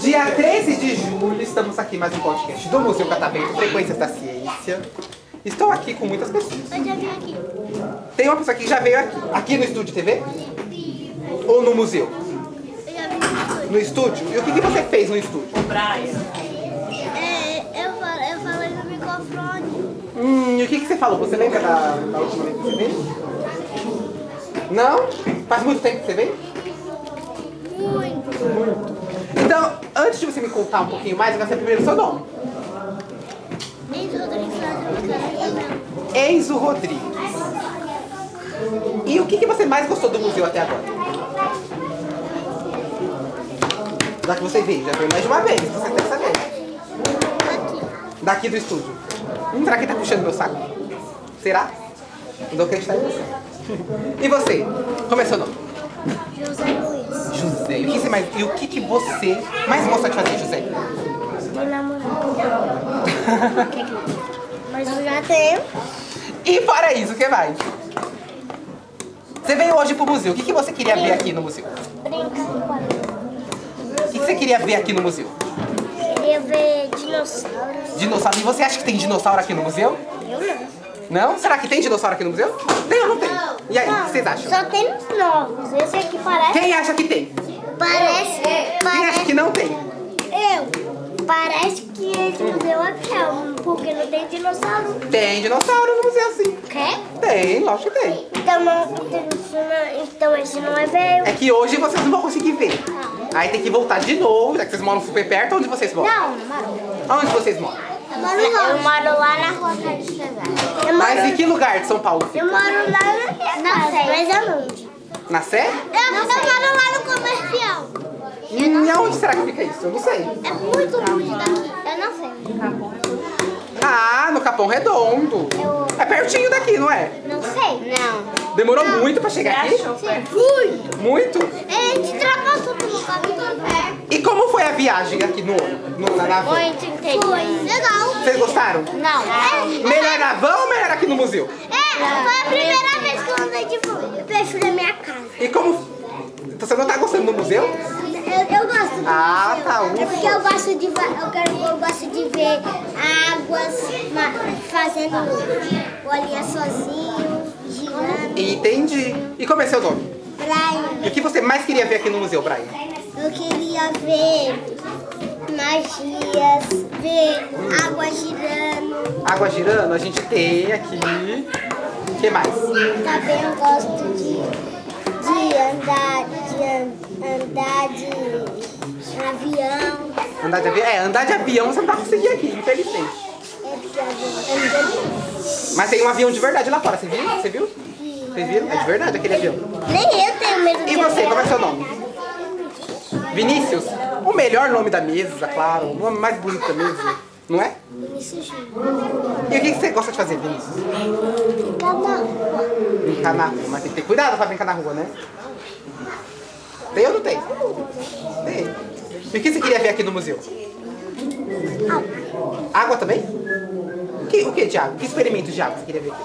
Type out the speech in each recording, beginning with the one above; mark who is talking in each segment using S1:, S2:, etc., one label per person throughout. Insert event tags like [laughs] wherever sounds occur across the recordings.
S1: Dia 13 de julho, estamos aqui em mais um podcast do Museu Catavento Frequências da Ciência. Estou aqui com muitas pessoas.
S2: Eu já vim aqui.
S1: Tem uma pessoa que já veio aqui. Aqui no estúdio TV? Ou no museu?
S2: Eu já vim aqui.
S1: No estúdio? E o que, que você fez no estúdio?
S2: É, eu, fal- eu falei no microfone.
S1: Hum, e o que, que você falou? Você lembra da, da última vez que você veio? Não? Faz muito tempo que você veio?
S2: Muito.
S1: Então, antes de você me contar um pouquinho mais, eu quero saber primeiro o seu nome.
S2: Eis o Rodrigo Flávio Caralho
S1: Enzo Rodrigues. E o que, que você mais gostou do museu até agora? Já que você veio, já veio mais de uma vez, você tem que saber.
S2: Aqui.
S1: Daqui do estúdio. Hum, será que tá puxando meu saco? Será? Não dou acreditar em você. [laughs] E você? Como é seu nome?
S2: José Luiz.
S1: José. E o que você mais, e o que, que você mais gosta de fazer, José?
S2: Meu namorado. Mas eu já tenho.
S1: E fora isso, o que mais? Você veio hoje pro museu. O que, que você queria ver aqui no museu?
S2: Brincar com ele.
S1: O que, que você queria ver aqui no museu?
S2: Queria ver dinossauros.
S1: Dinossauro. E você acha que tem dinossauro aqui no museu?
S2: Eu não.
S1: Não? Será que tem dinossauro aqui no museu? Tem ou não tem? E aí, o que vocês acham?
S2: Só tem os novos. Esse aqui parece.
S1: Quem acha que tem?
S2: Parece.
S1: Quem acha que não tem?
S2: Eu. Parece que esse museu é fiel, porque não tem dinossauro.
S1: Tem dinossauro no museu, sim.
S2: Quê?
S1: Tem, lógico que tem.
S2: Então, não, então, então esse não é velho.
S1: É que hoje vocês não vão conseguir ver. Aí tem que voltar de novo, já que vocês moram super perto. Onde vocês moram?
S2: Não, não moro.
S1: Onde vocês moram?
S2: Eu moro lá na rua Cristina. Eu
S1: Mas em que lugar de São Paulo?
S2: eu moro lá na minha Não sei. Mas aonde?
S1: Na Sé?
S2: Eu, eu moro lá no comercial.
S1: Hum, E aonde será que fica isso? Eu não sei.
S2: É muito longe daqui. Eu não sei.
S1: Ah, no Capão Redondo. É pertinho daqui, não é?
S2: Não sei. Não.
S1: Demorou muito pra chegar aqui?
S2: Muito.
S1: Muito?
S2: A gente ultrapassou tá pelo caminho.
S1: E como foi a viagem aqui no, no na Navan?
S2: Muito interessante. Foi. Legal.
S1: Vocês gostaram?
S2: Não.
S1: Melhor na van ou melhor aqui no museu?
S2: É, foi a primeira vez que eu andei de peixe na minha casa.
S1: E como. Então você não tá gostando do museu?
S2: Eu, eu gosto do
S1: Ah,
S2: museu.
S1: tá, ufa.
S2: É porque eu gosto de va- eu quero, eu gosto de ver águas ma- fazendo bolinha sozinho, girando,
S1: Entendi. E como é seu nome?
S2: praia.
S1: E o que você mais queria ver aqui no museu, Brian?
S2: Eu queria ver magias, ver água girando.
S1: Água girando, a gente tem aqui. O que mais?
S2: Também eu gosto de, de andar, de an- andar de avião.
S1: Andar de avião? É, andar de avião você não tá conseguindo aqui, infelizmente.
S2: É de avião.
S1: Mas tem um avião de verdade lá fora, você viu? Você viu? Vocês viram? É de verdade aquele avião.
S2: Nem eu tenho medo de
S1: E você,
S2: avião.
S1: como é seu nome? Vinícius? O melhor nome da mesa, claro. O nome mais bonito da mesa, não é?
S2: Isso, gente.
S1: E o que que você gosta de fazer, Vinícius?
S2: Cada um.
S1: Brincar na rua. Mas tem que ter cuidado pra brincar na rua, né? Tem ou não tem? Tem. E o que você queria ver aqui no museu? Água também? O que, o que de água? Que experimento de água você queria ver aqui?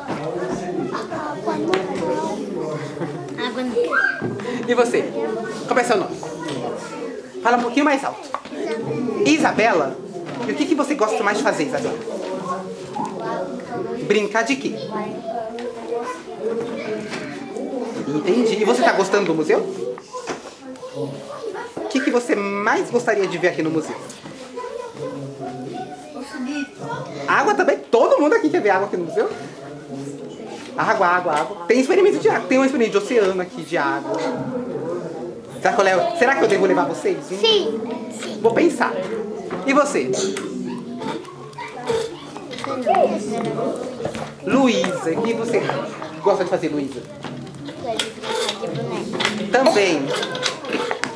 S2: Água no Água no
S1: E você? Como é seu nome? Fala um pouquinho mais alto. Isabela? E o que, que você gosta mais de fazer, Isabela? Brincar de quê? Entendi. E você tá gostando do museu? O que, que você mais gostaria de ver aqui no museu? Água também? Todo mundo aqui quer ver água aqui no museu? Água, água, água. Tem experimento de água. Tem um experimento de oceano aqui, de água. Será que eu, levo- será que eu devo levar vocês? Hum,
S2: Sim.
S1: Vou pensar. E você? Luísa, o que você gosta de fazer, Luísa? Também.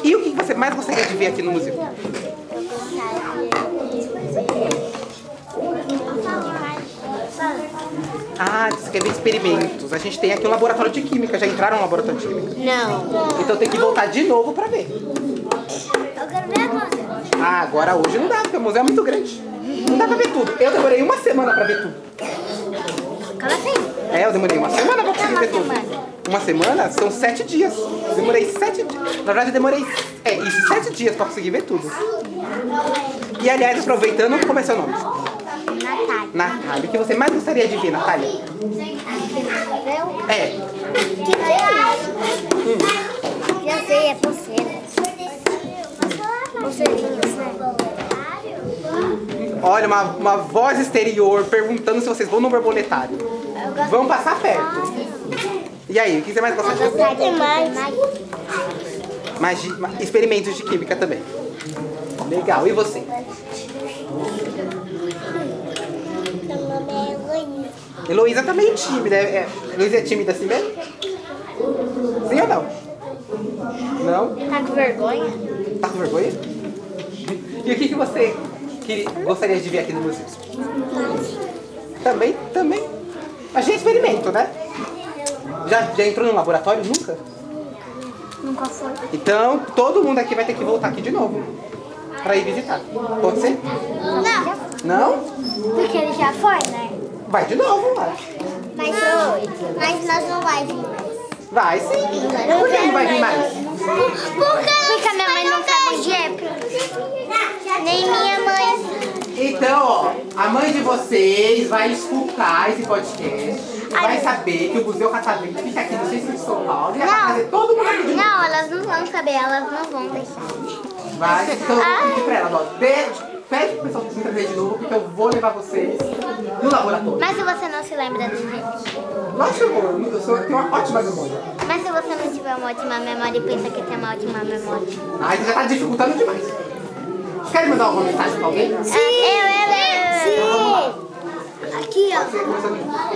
S1: E o que você mais gostaria de ver aqui no museu? Ah, você quer ver experimentos. A gente tem aqui um laboratório de química. Já entraram no laboratório de química?
S2: Não.
S1: Então tem que voltar de novo pra ver.
S2: Eu quero ver agora.
S1: Ah, agora hoje não dá, porque o museu é muito grande. dá pra ver tudo. Eu demorei uma semana pra ver tudo.
S2: Cala aí.
S1: É, eu demorei uma semana pra
S2: Por que
S1: conseguir
S2: uma
S1: ver tudo.
S2: semana?
S1: Uma semana são sete dias. Eu Demorei sete dias. Na verdade, eu demorei é, isso, sete dias pra conseguir ver tudo. E aliás, aproveitando, como é seu nome?
S2: Natália.
S1: Natália. O que você mais gostaria de ver, Natália?
S2: Eu?
S1: É,
S2: Que que é isso? Já sei, é pulseira. Pulseirinhas, né?
S1: olha, uma, uma voz exterior perguntando se vocês vão no borboletário.
S2: Eu gosto
S1: Vão passar perto. E aí, o que você mais gosta de ver?
S2: Gostar de mais.
S1: Magi- ma- experimentos de química também. Legal, e você?
S2: Meu nome é Heloísa.
S1: Heloísa tá meio tímida. É, é- Heloísa é tímida assim mesmo? Sim ou não? Não?
S2: Tá com vergonha?
S1: Tá com vergonha? [laughs] E o que, que você queria- gostaria de ver aqui no museu? Também, também. A gente experimento, né? Já, já entrou num laboratório? Nunca?
S2: Nunca foi.
S1: Então, todo mundo aqui vai ter que voltar aqui de novo. Pra ir visitar. Pode ser?
S2: Não,
S1: Não?
S2: porque ele já foi, né?
S1: Vai de novo, lá.
S2: Mas, mas nós não vai vir mais.
S1: Vai sim. Por que não vai vir mais?
S2: Porque minha mãe não é? tá de Nem minha mãe.
S1: Então, ó, a mãe de vocês vai escutar esse podcast, vai saber que o Museu Catavento fica aqui no centro de São Paulo e vai
S2: Não.
S1: fazer todo mundo aqui de novo.
S2: Não, elas não vão saber, elas não vão deixar.
S1: Vai, então eu vou
S2: Ai.
S1: pedir pra ela, ó, pede, pede pro pessoal me trazer de novo, porque eu vou levar vocês no laboratório.
S2: Mas se você não se lembra do jeito.
S1: Lógico, amor, eu, sou, eu tenho uma ótima memória.
S2: Mas se você não tiver uma ótima memória e pensa que tem uma ótima memória.
S1: Ai, já tá dificultando demais. Vocês querem mandar alguma mensagem pra alguém?
S2: Sim! Eu, Ah, eu, eu. Sim! Aqui, ó.
S1: Você começa a-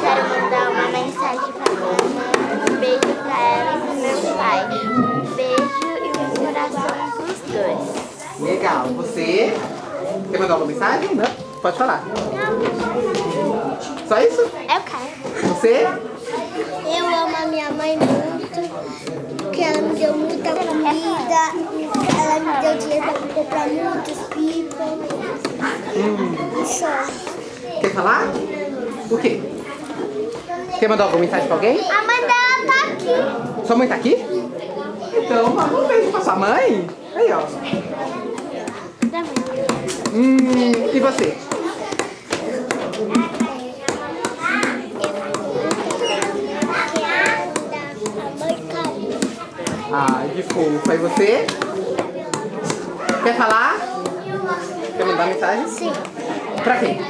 S2: Quero mandar uma mensagem pra minha mãe, um beijo pra ela e pro meu pai. Um beijo e um coração pros dois.
S1: Legal, você quer mandar alguma mensagem? Não, pode falar. Só isso?
S2: Eu quero.
S1: Você?
S2: Eu amo a minha mãe muito, porque ela me deu muita comida, ela me deu dinheiro pra comprar muitos pipas. E só.
S1: Quer falar? O quê? Quer mandar alguma mensagem pra alguém?
S2: A mãe dela tá aqui.
S1: Sua mãe tá aqui? Então, manda um beijo pra sua mãe. Aí, ó. Hum, e você? Ai, que fofa. E você? Quer falar? Quer mandar mensagem?
S2: Sim.
S1: Pra quem?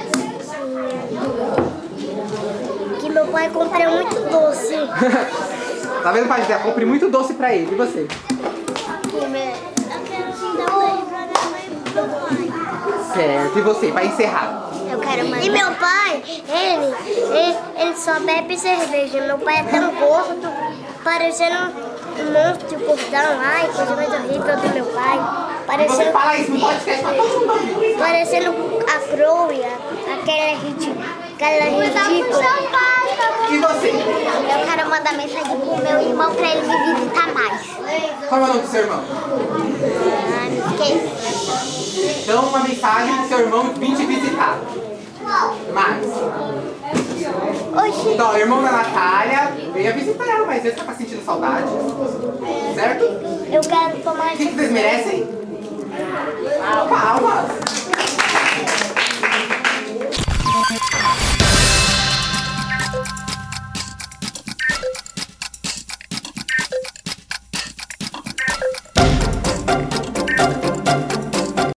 S2: Que meu pai comprou muito doce.
S1: Tá vendo, pai? José? Compre muito doce pra ele. E você?
S2: Eu quero mandar um beijo um pra minha mãe e pro meu pai.
S1: Certo. E você? Vai encerrar.
S2: Eu quero mandar. E meu pai, ele, ele, ele só bebe cerveja. Meu pai é tão gordo, parecendo um monstro de gordão. Ai, coisa mais horrível do meu pai.
S1: E você
S2: Parecendo,
S1: fala isso no podcast pra todo mundo ouvir.
S2: parecendo a Chloe, a- aquela ridícula. Aquela ridícula.
S1: E você?
S2: Eu quero mandar mensagem pro meu irmão pra ele me visitar mais.
S1: Qual é o nome do seu irmão?
S2: Ah, me esqueci.
S1: Então, uma mensagem pro seu irmão vir te visitar. Mais.
S2: Oxi.
S1: Então, o irmão da Natália veio visitar ela, mas você tá sentindo saudade. Certo?
S2: Eu quero tomar
S1: O que que vocês merecem? Palmas!